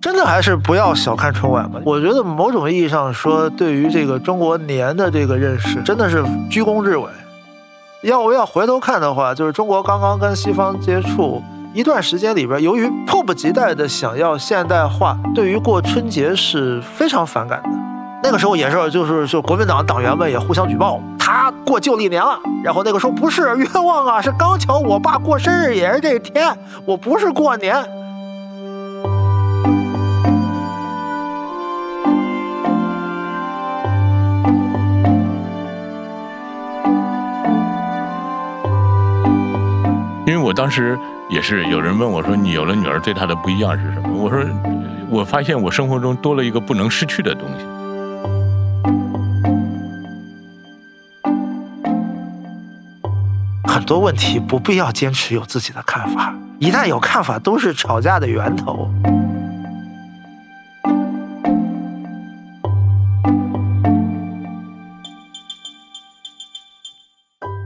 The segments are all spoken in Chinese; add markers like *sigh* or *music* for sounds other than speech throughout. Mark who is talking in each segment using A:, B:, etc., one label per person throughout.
A: 竟还是不要小看春晚吧。我觉得某种意义上说，对于这个中国年的这个认识，真的是居功至伟。要我要回头看的话，就是中国刚刚跟西方接触一段时间里边，由于迫不及待的想要现代化，对于过春节是非常反感的。那个时候也是，就是就国民党党员们也互相举报，他过旧历年了。然后那个时候不是冤枉啊，是刚巧我爸过生日也是这天，我不是过年。
B: 因为我当时也是有人问我说：“你有了女儿，最大的不一样是什么？”我说：“我发现我生活中多了一个不能失去的东西。”
A: 很多问题不必要坚持有自己的看法，一旦有看法都是吵架的源头。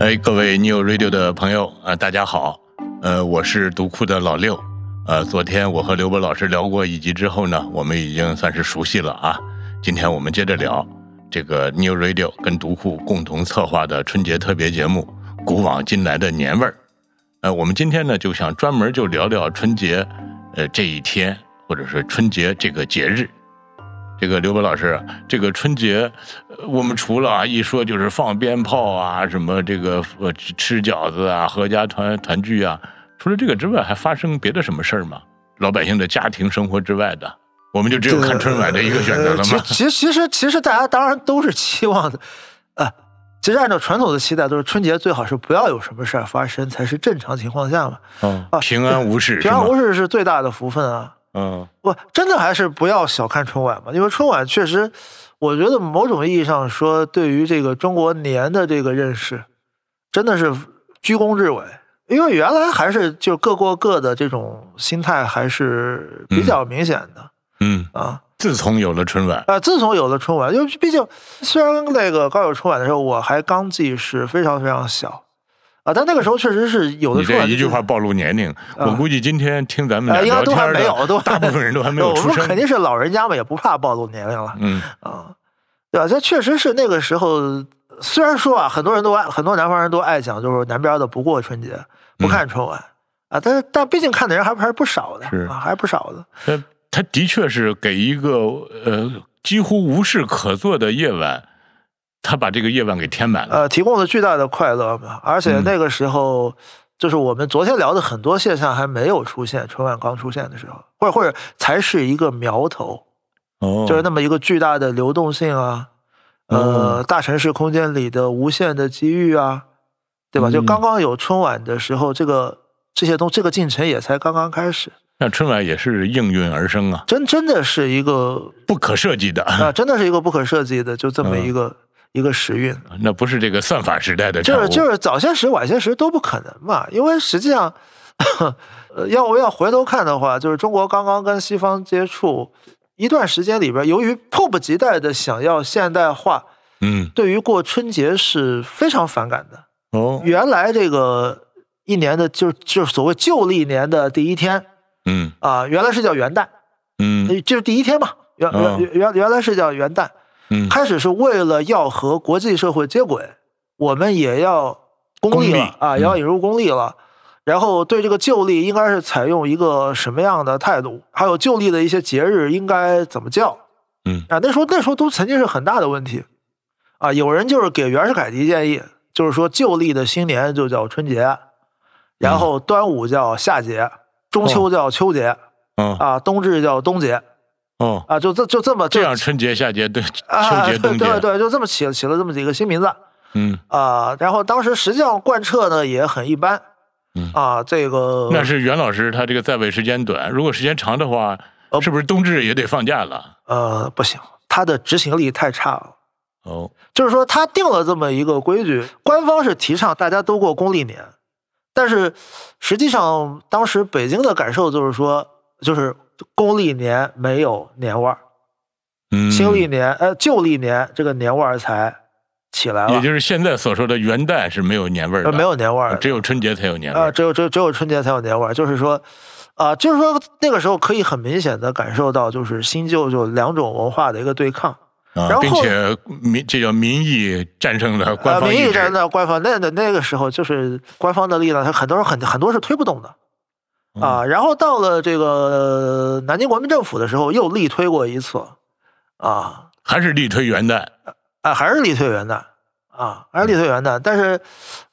B: 哎，各位 New Radio 的朋友啊、呃，大家好，呃，我是读库的老六，呃，昨天我和刘波老师聊过一集之后呢，我们已经算是熟悉了啊。今天我们接着聊这个 New Radio 跟读库共同策划的春节特别节目《古往今来的年味儿》。呃，我们今天呢就想专门就聊聊春节，呃这一天，或者是春节这个节日。这个刘博老师，这个春节，呃我们除了啊一说就是放鞭炮啊，什么这个呃吃吃饺子啊，合家团团聚啊，除了这个之外，还发生别的什么事儿吗？老百姓的家庭生活之外的，我们就只有看春晚的一个选择了
A: 呃其
B: 吗？
A: 其其实其实大家当然都是期望的，呃，其实按照传统的期待，都是春节最好是不要有什么事儿发生，才是正常情况下嘛。
B: 嗯
A: 啊
B: 平安无事，
A: 平安
B: 是吗
A: 无事是最大的福分啊！
B: 嗯
A: 不，真的还是不要小看春晚吧，因为春晚确实，我觉得某种意义上说，对于这个中国年的这个认识，真的是居功至伟。因为原来还是就各过各的这种心态还是比较明显的、
B: 嗯，
A: 啊。
B: 自从有了春晚，
A: 呃，自从有了春晚，因为毕竟虽然那个刚有春晚的时候，我还刚记事，非常非常小啊，但那个时候确实是有的
B: 你
A: 春晚
B: 这
A: 就。
B: 一句话暴露年龄，我估计今天听咱们俩
A: 呃应该
B: 聊
A: 都还
B: 天
A: 没有都
B: 的，
A: 还
B: 大部分人都还没
A: 呃
B: 有
A: 我
B: 出
A: 们
B: 生
A: 肯。定是老人家嘛，也不怕暴露年龄了
B: 嗯，
A: 啊，对吧？这确实是那个时候，虽然说啊，很多人都爱，很多南方人都爱讲，就是南边的不过春节，
B: 嗯
A: 不看春晚、啊，但是但毕竟看的人还还是不少的
B: 是
A: 啊，还是不少的。
B: 他呃他的确是给一个呃几乎无事可做的夜晚，他把这个夜晚给填满了。
A: 呃，提供了巨大的快乐嘛。而且
B: 嗯
A: 那个时候，就是我们昨天聊的很多现象还没有出现，春晚刚出现的时候，或者或者才是一个苗头，
B: 哦
A: 呃就是那么一个巨大的流动性啊，呃，大城市空间里的无限的机遇啊，对吧？就
B: 嗯
A: 刚刚有春晚的时候，这个这些东这个进程也才刚刚开始，
B: 那春晚也是应运而生啊，
A: 真真的是一个
B: 不可设计的， *laughs*
A: 啊、真的是一个不可设计的，就这么一个、一个时运。
B: 那不是这个算法时代的
A: 就
B: 产
A: 是
B: 物。
A: 就是早些时晚些时都不可能嘛，因为实际上， *coughs* 呃，要我要回头看的话，就是中国刚刚跟西方接触一段时间里边，由于迫不及待的想要现代化，
B: 嗯
A: 对于过春节是非常反感的。
B: 哦
A: 原来这个一年的就就是所谓旧历年的第一天
B: 嗯
A: 啊、原来是叫元旦，
B: 嗯
A: 呃就是第一天嘛，原原原原原来是叫元旦。
B: 嗯
A: 开始是为了要和国际社会接轨，我们也要公立了
B: 公立
A: 啊，
B: 嗯
A: 也要引入公立了。然后对这个旧历应该是采用一个什么样的态度？还有旧历的一些节日应该怎么叫？
B: 嗯
A: 啊，那时候那时候都曾经是很大的问题啊。有人就是给袁世凯提建议，就是说旧历的新年就叫春节，
B: 嗯
A: 然后端午叫夏节，中秋叫秋节
B: 哦
A: 啊，冬至叫冬节
B: 哦，
A: 啊，就这就这么
B: 这
A: 就
B: 样春节、夏节、对
A: 啊， *laughs*
B: 秋节、冬
A: 对对
B: 节，
A: 对，就这么起起了这么几个新名字
B: 嗯，
A: 啊、然后当时实际上贯彻呢也很一般，
B: 嗯
A: 啊，这个
B: 那是袁老师他这个在位时间短，如果时间长的话，
A: 呃
B: 是不是冬至也得放假了？
A: 呃不行，他的执行力太差了。
B: 哦，
A: 就是说，他定了这么一个规矩，官方是提倡大家都过公历年，但是实际上当时北京的感受就是说，就是公历年没有年味儿，
B: 嗯，
A: 新历年呃旧历年这个年味儿才起来
B: 也
A: 了，
B: 就是现在所说的元旦是没有年味儿的，
A: 呃没有年味儿
B: 啊，
A: 的，
B: 只有春节才有年味
A: 啊，
B: 儿。
A: 只有只有只有春节才有年味儿，就是说，啊、就是说那个时候可以很明显的感受到，就是新旧就两种文化的一个对抗。
B: 啊
A: 然后
B: 并且民这叫民意战胜了官
A: 呃，
B: 方
A: 民
B: 意
A: 意
B: 志
A: 站在官方那那那个时候，就是官方的力量，它很多人很很多是推不动的啊、
B: 嗯
A: 然后到了这个南京国民政府的时候，又力推过一次啊
B: 还是力推元旦。
A: 啊，还是力推元旦啊，还是力推元旦。但是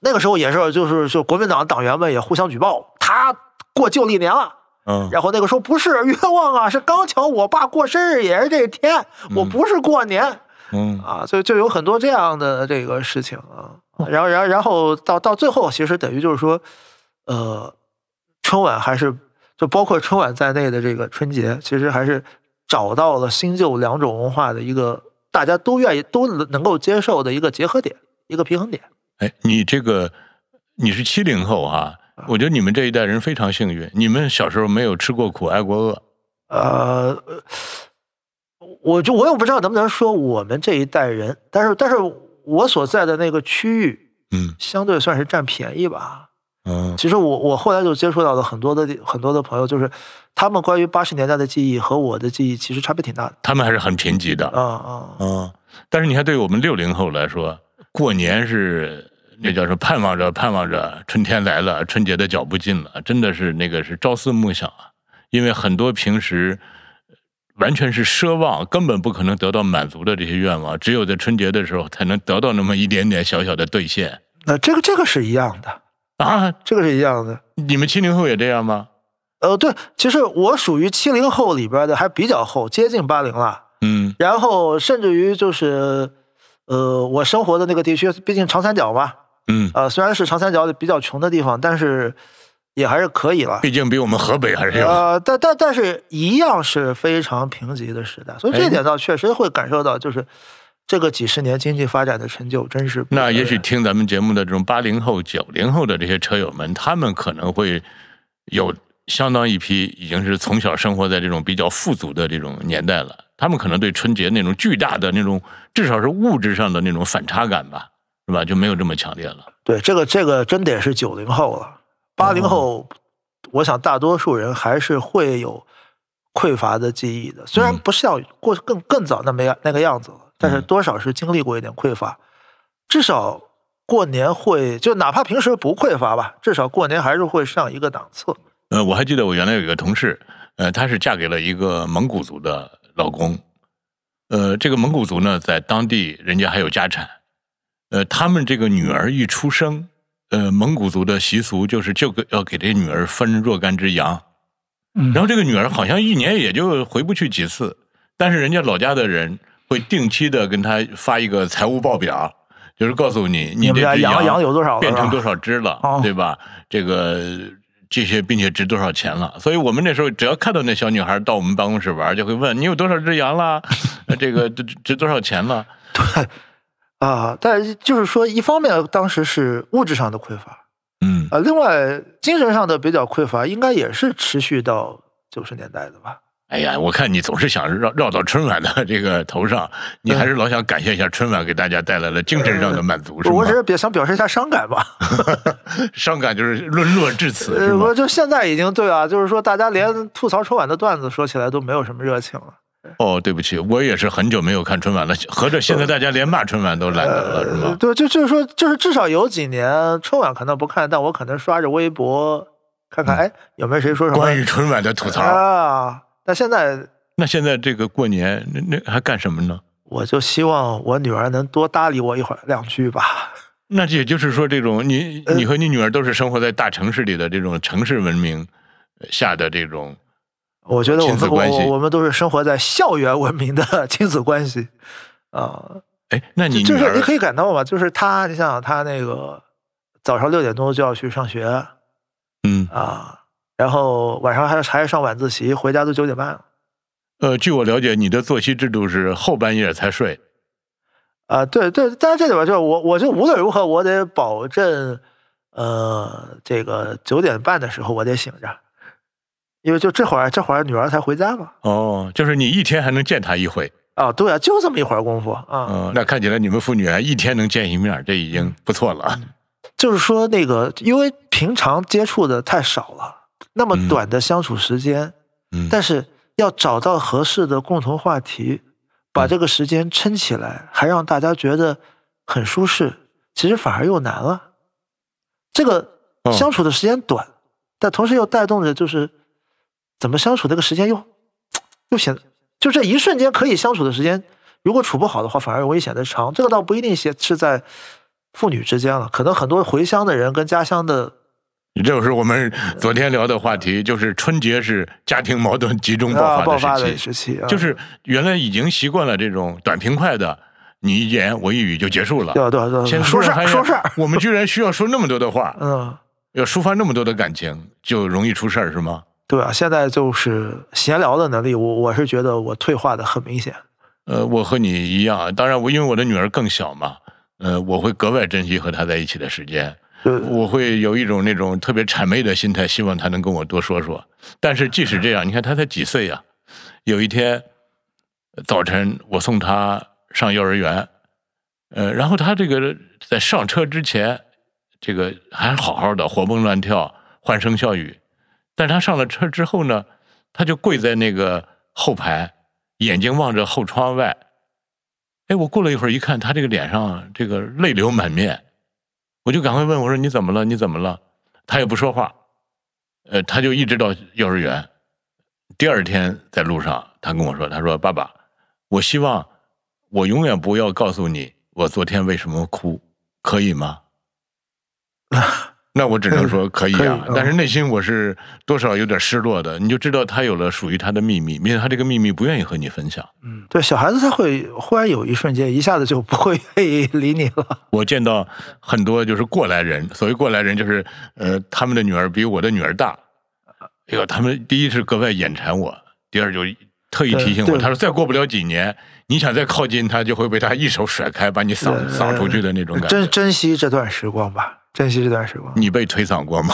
A: 那个时候也是，就是就国民党党员们也互相举报，他过旧历年了。
B: 嗯，
A: 然后那个说不是冤枉啊，是刚巧我爸过生日也是这天，我不是过年、
B: 嗯，
A: 啊，就就有很多这样的这个事情啊。然后，然后，然后到到最后，其实等于就是说，呃，春晚还是就包括春晚在内的这个春节，其实还是找到了新旧两种文化的一个大家都愿意都能够接受的一个结合点，一个平衡点。
B: 哎，你这个你是七零后啊，我觉得你们这一代人非常幸运，你们小时候没有吃过苦挨过饿。
A: 呃，我就我也不知道能不能说我们这一代人，但是但是我所在的那个区域
B: 嗯
A: 相对算是占便宜吧。
B: 嗯
A: 其实我我后来就接触到了很多的很多的朋友，就是他们关于八十年代的记忆和我的记忆其实差别挺大的。
B: 他们还是很贫瘠的。
A: 啊啊、
B: 嗯，但是你看，对于我们六零后来说，过年是那叫是盼望着盼望着春天来了，春节的脚步近了，真的是那个是朝思暮想啊。因为很多平时完全是奢望，根本不可能得到满足的这些愿望，只有在春节的时候才能得到那么一点点小小的兑现
A: 那这个这个是一样的，
B: 啊。
A: 这个是一样的。
B: 你们七零后也这样吗？
A: 呃，对，其实我属于七零后里边的，还比较后，接近八零了。
B: 嗯
A: 然后甚至于就是，呃，我生活的那个地区，毕竟长三角嘛，
B: 嗯，
A: 呃，虽然是长三角里比较穷的地方，但是也还是可以了。
B: 毕竟比我们河北还是有。
A: 呃，但但但是一样是非常贫瘠的时代，所以这
B: 哎
A: 一点倒确实会感受到，就是这个几十年经济发展的成就真是不
B: 那
A: 可
B: 也许
A: 言
B: 听咱们节目的这种八零后、九零后的这些车友们，他们可能会有相当一批已经是从小生活在这种比较富足的这种年代了，他们可能对春节那种巨大的那种，至少是物质上的那种反差感吧，是吧？就没有这么强烈了。
A: 对这个这个真得是九零后了，八零
B: 哦
A: 后，我想大多数人还是会有匮乏的记忆的，虽然
B: 嗯
A: 不像过更更早那么样那个样子了，但是
B: 嗯
A: 多少是经历过一点匮乏，至少过年会就哪怕平时不匮乏吧，至少过年还是会上一个档次。
B: 呃，我还记得我原来有一个同事，呃，她是嫁给了一个蒙古族的老公，呃，这个蒙古族呢，在当地人家还有家产，呃，他们这个女儿一出生，呃，蒙古族的习俗就是就给要给这女儿分若干只羊，
A: 嗯
B: 然后这个女儿好像一年也就回不去几次，但是人家老家的人会定期的跟她发一个财务报表，就是告诉你
A: 你
B: 这
A: 们家
B: 只
A: 羊羊有多少了
B: 变
A: 哦是吧
B: 成多少只了，
A: 哦
B: 对吧？这个这些并且值多少钱了。所以我们那时候只要看到那小女孩到我们办公室玩，就会问你有多少只
A: *laughs*
B: 羊啦，呃这个值值多少钱了？
A: 啊，但是就是说，一方面当时是物质上的匮乏
B: 嗯
A: 啊，另外精神上的比较匮乏，应该也是持续到九十年代的吧？
B: 哎呀，我看你总是想绕绕到春晚的 *laughs* 这个头上，你还是老想感谢一下春晚给大家带来了精神上的满足，是吗？
A: 我只是表想表示一下伤感吧。
B: 伤感就是沦落至此， *laughs* 是
A: 呃，
B: 吗
A: 我？就现在已经对啊，就是说大家连吐槽春晚的段子说起来都没有什么热情了。
B: 哦，对不起，我也是很久没有看春晚了，合着现在大家连骂春晚都懒得了，是
A: 呃，
B: 吗？
A: 对，就就是说，就是至少有几年春晚可能不看，但我可能刷着微博看看，哎，有没有谁说什么
B: 嗯关于春晚的吐槽，
A: 啊？但现在
B: 那现在这个过年那那还干什么呢？
A: 我就希望我女儿能多搭理我一会儿两句吧。
B: 那也就是说，这种你
A: 呃
B: 你和你女儿都是生活在大城市里的这种城市文明呃下的这种，
A: 我觉得我
B: 亲子
A: 们
B: 关系
A: 我我们都是生活在校园文明的 *laughs* 亲子关系啊，
B: 哎，那你女
A: 就是你
B: 儿
A: 可以感到嘛，就是他，你想想他那个早上六点钟就要去上学
B: 嗯
A: 啊，然后晚上还还要上晚自习，回家都九点半了
B: 呃，据我了解，你的作息制度是后半夜才睡，
A: 啊，对对，但是这里边就是我我就无论如何我得保证，呃，这个九点半的时候我得醒着，因为就这会儿这会儿女儿才回家嘛，
B: 哦，就是你一天还能见她一回，
A: 啊，对啊，就这么一会儿功夫啊，
B: 嗯，那看起来你们父女啊一天能见一面，这已
A: 嗯
B: 经不错了。
A: 就是说那个，因为平常接触的太少了，那么
B: 嗯
A: 短的相处时间，
B: 嗯，
A: 但是要找到合适的共同话题，
B: 嗯
A: 把这个时间撑起来，还让大家觉得很舒适，其实反而又难了。这个
B: 哦
A: 相处的时间短，但同时又带动着就是怎么相处这个时间又又显，就这一瞬间可以相处的时间，如果处不好的话，反而容易显得长。这个倒不一定写是在父女之间了，可能很多回乡的人跟家乡的
B: 这就是我们昨天聊的话题，就是春节是家庭矛盾集中爆
A: 啊爆
B: 发
A: 发
B: 的
A: 的
B: 时
A: 时
B: 期，
A: 期，啊
B: 就是原来已经习惯了这种短平快的，你一言我一语就结束了。
A: 对啊对啊对啊，
B: 现在
A: 说
B: 突
A: 事
B: 然发
A: 儿
B: 现
A: 说事儿，
B: *laughs* 我们居然需要说那么多的话，
A: 嗯。
B: 要抒发那么多的感情，就容易出事儿，是吗？
A: 对啊，现在就是闲聊的能力，我我是觉得我退化的很明显。
B: 呃，我和你一样，当然我因为我的女儿更小嘛，呃，我会格外珍惜和她在一起的时间，
A: 对
B: 我会有一种那种特别谄媚的心态，希望她能跟我多说说。但是即使这样，你看她才几岁呀、有一天早晨，我送她上幼儿园，呃，然后她这个在上车之前，这个还好好的，活蹦乱跳，欢声笑语。但她上了车之后呢，她就跪在那个后排，眼睛望着后窗外。哎，我过了一会儿一看，她这个脸上这个泪流满面。我就赶快问我说你怎么了？你怎么了？他也不说话，呃，他就一直到幼儿园。第二天在路上，他跟我说，他说爸爸，我希望我永远不要告诉你我昨天为什么哭，可以吗？ *laughs* 那我只
A: *laughs*
B: 能说可以
A: 可以
B: 啊
A: 嗯，
B: 但是内心我是多少有点失落的。你就知道他有了属于他的秘密，并且他这个秘密不愿意和你分享。
A: 嗯，对，小孩子他会忽然有一瞬间，一下子就不会愿意理你了。
B: 我见到很多就是过来人，所谓过来人就是呃，他们的女儿比我的女儿大，哎呦，他们第一是格外眼馋我，第二就特意提醒
A: 对对
B: 我，他说再过不了几年，你想再靠近他，就会被他一手甩开，把你搡
A: 对
B: 搡出去的那种
A: *laughs*
B: 感
A: 珍
B: 觉。嗯
A: 珍惜这段时光吧，珍惜这段时光。
B: 你被推搡过吗？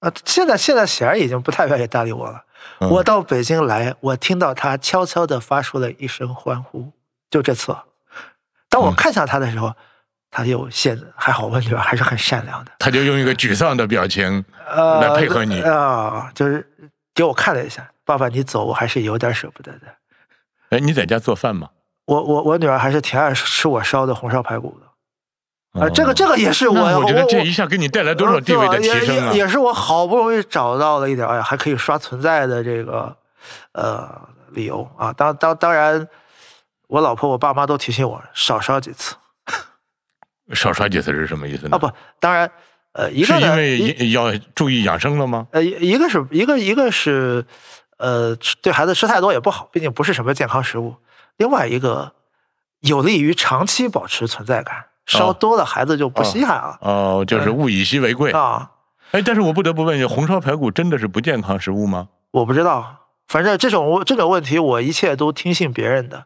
A: 啊，现在现在显然已经不太愿意搭理我了。
B: 嗯
A: 我到北京来，我听到他悄悄地发出了一声欢呼，就这次。当我
B: 嗯
A: 看向他的时候，他又现还好，我女儿还是很善良的。
B: 他就用一个沮丧的表情，
A: 呃，
B: 来配合你
A: 啊、就是给我看了一下，爸爸你走，我还是有点舍不得的。
B: 哎，你在家做饭吗？
A: 我我我女儿还是挺爱吃我烧的红烧排骨的，啊、
B: 哦
A: 这个这个也是我
B: 那我觉得
A: 我
B: 这一下给你带来多少地位的提升
A: 呃对
B: 啊
A: 也！也也是我好不容易找到了一点，哎呀，还可以刷存在的这个呃理由啊。当当当然，我老婆我爸妈都提醒我少烧几次
B: 少刷几次是什么意思呢？
A: 啊，不，当然呃一
B: 是
A: 个
B: 因
A: 呢
B: 为
A: 一
B: 一要注意养生了吗？
A: 呃，一一个是一个一个是，呃，吃对孩子吃太多也不好，毕竟不是什么健康食物。另外一个，有利于长期保持存在感，烧
B: 哦
A: 多了孩子就不稀罕了
B: 哦，就是
A: 嗯
B: 物以稀为贵。
A: 啊。
B: 哎，但是我不得不问你，红烧排骨真的是不健康食物吗？
A: 我不知道，反正这种这种问题，我一切都听信别人的，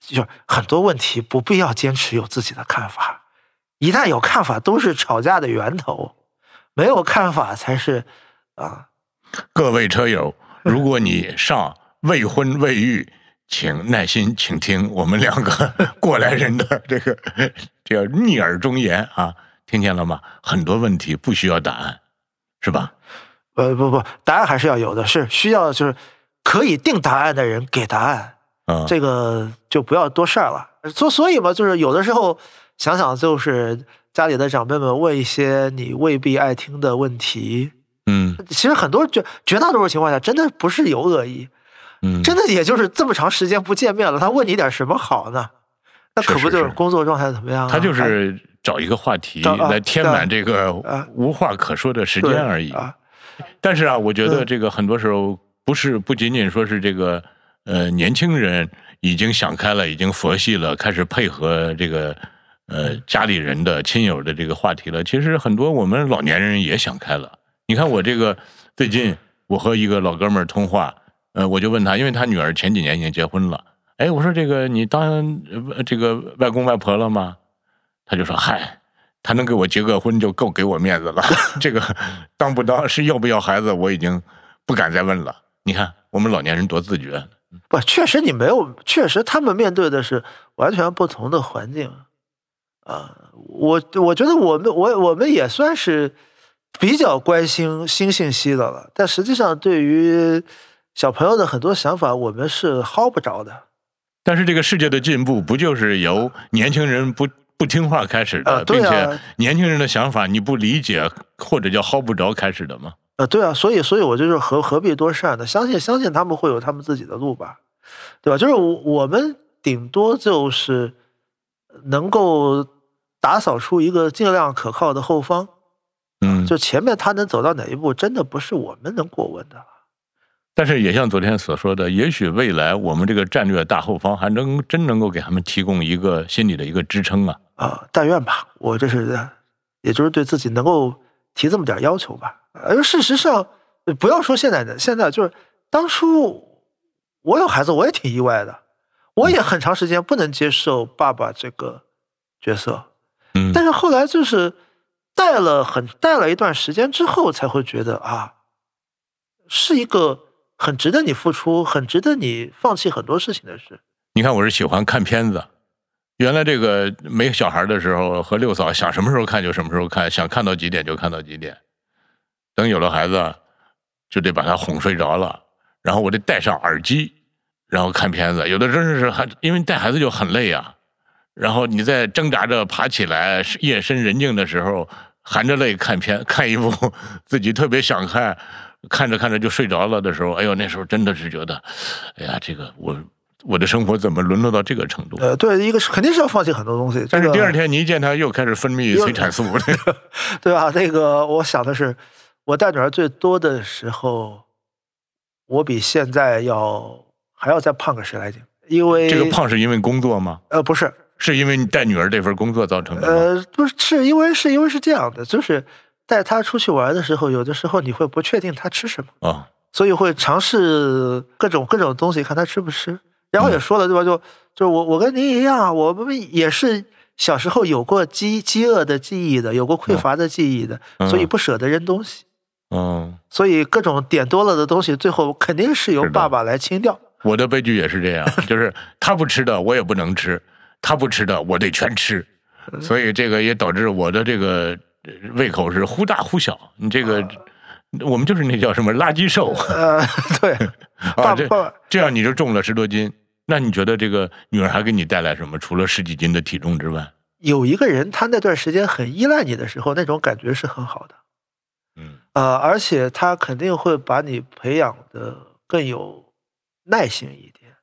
A: 就是很多问题不必要坚持有自己的看法，一旦有看法都是吵架的源头，没有看法才是啊，
B: 各位车友，如果你尚未婚未育，请耐心倾听我们两个 *laughs* 过来人的这个这叫逆耳忠言啊，听见了吗？很多问题不需要答案，是吧？
A: 呃，不不，答案还是要有的，是需要就是可以定答案的人给答案，
B: 嗯，
A: 这个就不要多事儿了。所所以嘛，就是有的时候想想，就是家里的长辈们问一些你未必爱听的问题，
B: 嗯
A: 其实很多绝绝大多数情况下，真的不是有恶意，
B: 嗯，
A: 真的也就是这么长时间不见面了，他问你点什么好呢？那可
B: 是
A: 不
B: 是
A: 就是
B: 是
A: 工作状态怎么样、啊？
B: 他就
A: 哎
B: 是找一个话题
A: 找啊
B: 来填满这个
A: 啊
B: 无话可说的时间
A: 对
B: 而已。
A: 啊。
B: 但是啊，我觉得
A: 嗯
B: 这个很多时候不是不仅仅说是这个呃年轻人已经想开了，已经佛系了，开始配合这个呃家里人的亲友的这个话题了。其实很多我们老年人也想开了。你看我这个最近我和一个老哥们儿通话，呃，我就问他，因为他女儿前几年已经结婚了，哎，我说这个你当呃这个外公外婆了吗？他就说嗨。他能给我结个婚就够给我面
A: *laughs*
B: 子了。这个当不当是要不要孩子，我已经不敢再问了。你看我们老年人多自觉，
A: 不，确实你没有，确实他们面对的是完全不同的环境，啊，我我觉得我们我我们也算是比较关心新信息的了，但实际上对于小朋友的很多想法，我们是薅不着的，
B: 但是这个世界的进步，不就是由年轻人不不听话开始的，
A: 啊
B: 并
A: 对啊
B: 且年轻人的想法你不理解或者叫薅不着开始的吗？
A: 呃，对啊，所以所以我就是何何必多善呢？相信相信他们会有他们自己的路吧，对吧？就是我我们顶多就是能够打扫出一个尽量可靠的后方，
B: 嗯，
A: 就前面他能走到哪一步，真的不是我们能过问的。
B: 但是也像昨天所说的，也许未来我们这个战略大后方还能真能够给他们提供一个心理的一个支撑啊。
A: 啊，但愿吧，我这是，也就是对自己能够提这么点要求吧。而事实上，呃不要说现在的，现在就是当初我有孩子，我也挺意外的，我也很长时间不能接受爸爸这个角色，
B: 嗯
A: 但是后来就是带了很带了一段时间之后，才会觉得啊，是一个很值得你付出、很值得你放弃很多事情的事。
B: 你看，我是喜欢看片子。原来这个没小孩的时候和六嫂想什么时候看就什么时候看，想看到几点就看到几点。等有了孩子，就得把他哄睡着了，然后我得戴上耳机，然后看片子。有的真是还因为带孩子就很累啊，然后你在挣扎着爬起来，夜深人静的时候，含着泪看片，看一部自己特别想看，看着看着就睡着了的时候，哎呦，那时候真的是觉得，哎呀，这个我我的生活怎么沦落到这个程度？
A: 呃，对，一个是肯定是要放弃很多东西，
B: 但
A: 这
B: 是
A: 个
B: 第二天你一见他，又开始分泌
A: 又
B: 催
A: *laughs*
B: 产素，
A: 对吧？那个，我想的是，我带女儿最多的时候，我比现在要还要再胖个十来斤，因为
B: 这个胖是因为工作吗？
A: 呃不是
B: 是因为你带女儿这份工作造成的吗？
A: 呃不是是因为是因为是这样的，就是带她出去玩的时候，有的时候你会不确定她吃什么，
B: 啊、
A: 所以会尝试各种各种东西，看她吃不吃。然
B: 嗯
A: 后也说了对吧？就就我我跟您一样，我们也是小时候有过饥饥饿的记忆的，有过匮乏的记忆的，所以
B: 嗯
A: 不舍得扔东西。
B: 嗯，
A: 所以各种点多了的东西，最后肯定是由
B: 是的
A: 爸爸来清掉。
B: 我的悲剧也是这
A: *laughs*
B: 样，就是他不吃的我也不能吃，他不吃的我得全吃，
A: 嗯
B: 所以这个也导致我的这个呃胃口是忽大忽小。你这
A: 啊
B: 个，我们就是那叫什么垃圾
A: *laughs*
B: 兽
A: 呃，对，
B: 啊，
A: 爸
B: 这
A: 爸
B: 这样你就重了十多斤。那你觉得这个女儿还给你带来什么？除了十几斤的体重之外，
A: 有一个人，他那段时间很依赖你的时候，那种感觉是很好的。
B: 嗯
A: 呃，而且他肯定会把你培养的更有耐心一点。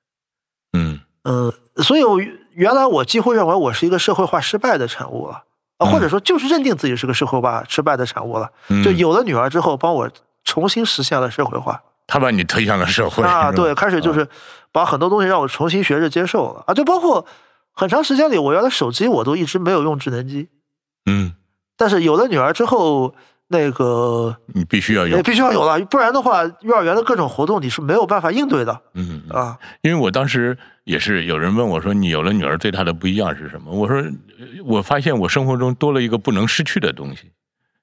B: 嗯
A: 嗯，所以我原来我几乎认为我是一个社会化失败的产物了，啊，
B: 嗯
A: 或者说就是认定自己是个社会化失败的产物了。
B: 嗯，
A: 就有了女儿之后，帮我重新实现了社会化。
B: 他把你推向了社会
A: 啊，
B: 是吧嗯
A: 对，开始就是把很多东西让我重新学着接受了啊，就包括很长时间里，我原来手机我都一直没有用智能机，
B: 嗯，
A: 但是有了女儿之后，那个
B: 你必须要有
A: 也必须要有了，不然的话，幼儿园的各种活动你是没有办法应对的
B: 嗯嗯
A: 啊。
B: 因为我当时也是有人问我说：“你有了女儿最大的不一样是什么？”我说：“呃我发现我生活中多了一个不能失去的东西。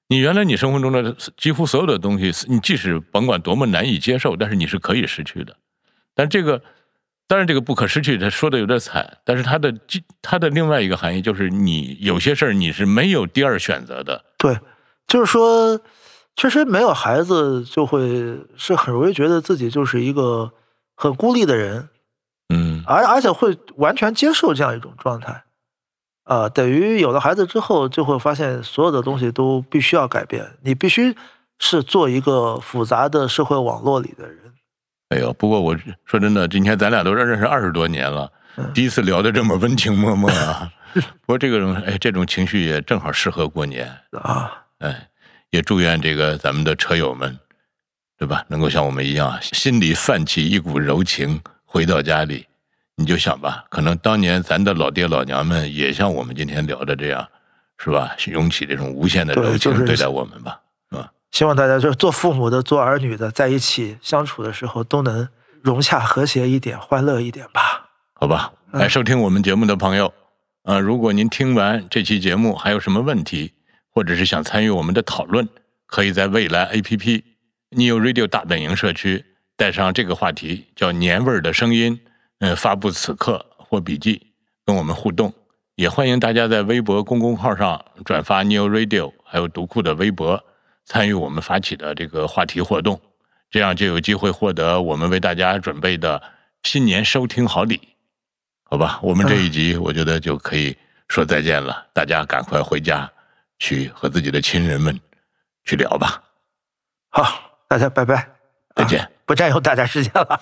B: 你原来你生活中的几乎所有的东西，你即使甭管多么难以接受，但是你是可以失去的。但这个，当然这个不可失去，他说的有点惨，但是它的既它的另外一个含义就是你有些事儿你是没有第二选择的。
A: 对，就是说，确实没有孩子就会是很容易觉得自己就是一个很孤立的人，
B: 嗯
A: 而而且会完全接受这样一种状态，啊、等于有了孩子之后，就会发现所有的东西都必须要改变，你必须是做一个复杂的社会网络里的人。
B: 哎呦，不过我说真的，今天咱俩都认识二十多年了，
A: 嗯
B: 第一次聊得这么温情脉脉啊。 *laughs* 不过这个种哎，这种情绪也正好适合过年，
A: 啊，
B: 哎，也祝愿这个咱们的车友们，对吧，能够像我们一样啊，心里泛起一股柔情，回到家里，你就想吧，可能当年咱的老爹老娘们也像我们今天聊的这样，是吧？涌起这种无限的
A: 对
B: 柔情
A: 就是
B: 对待我们吧。
A: 希望大家就是做父母的、做儿女的，在一起相处的时候都能融洽、和谐一点、欢乐一点吧。
B: 好吧，
A: 嗯
B: 来收听我们节目的朋友，呃，如果您听完这期节目还有什么问题，或者是想参与我们的讨论，可以在未来 APP、Neo Radio 大本营社区带上这个话题，叫“年味儿的声音”，嗯，发布此刻或笔记，跟我们互动。也欢迎大家在微博公共号上转发 New Radio，还有读库的微博，参与我们发起的这个话题活动，这样就有机会获得我们为大家准备的新年收听好礼。好吧，我们这一集我觉得就可以说再见了，大家赶快回家去和自己的亲人们去聊吧，
A: 好，大家拜拜，
B: 再见。
A: 不占用大家时间了。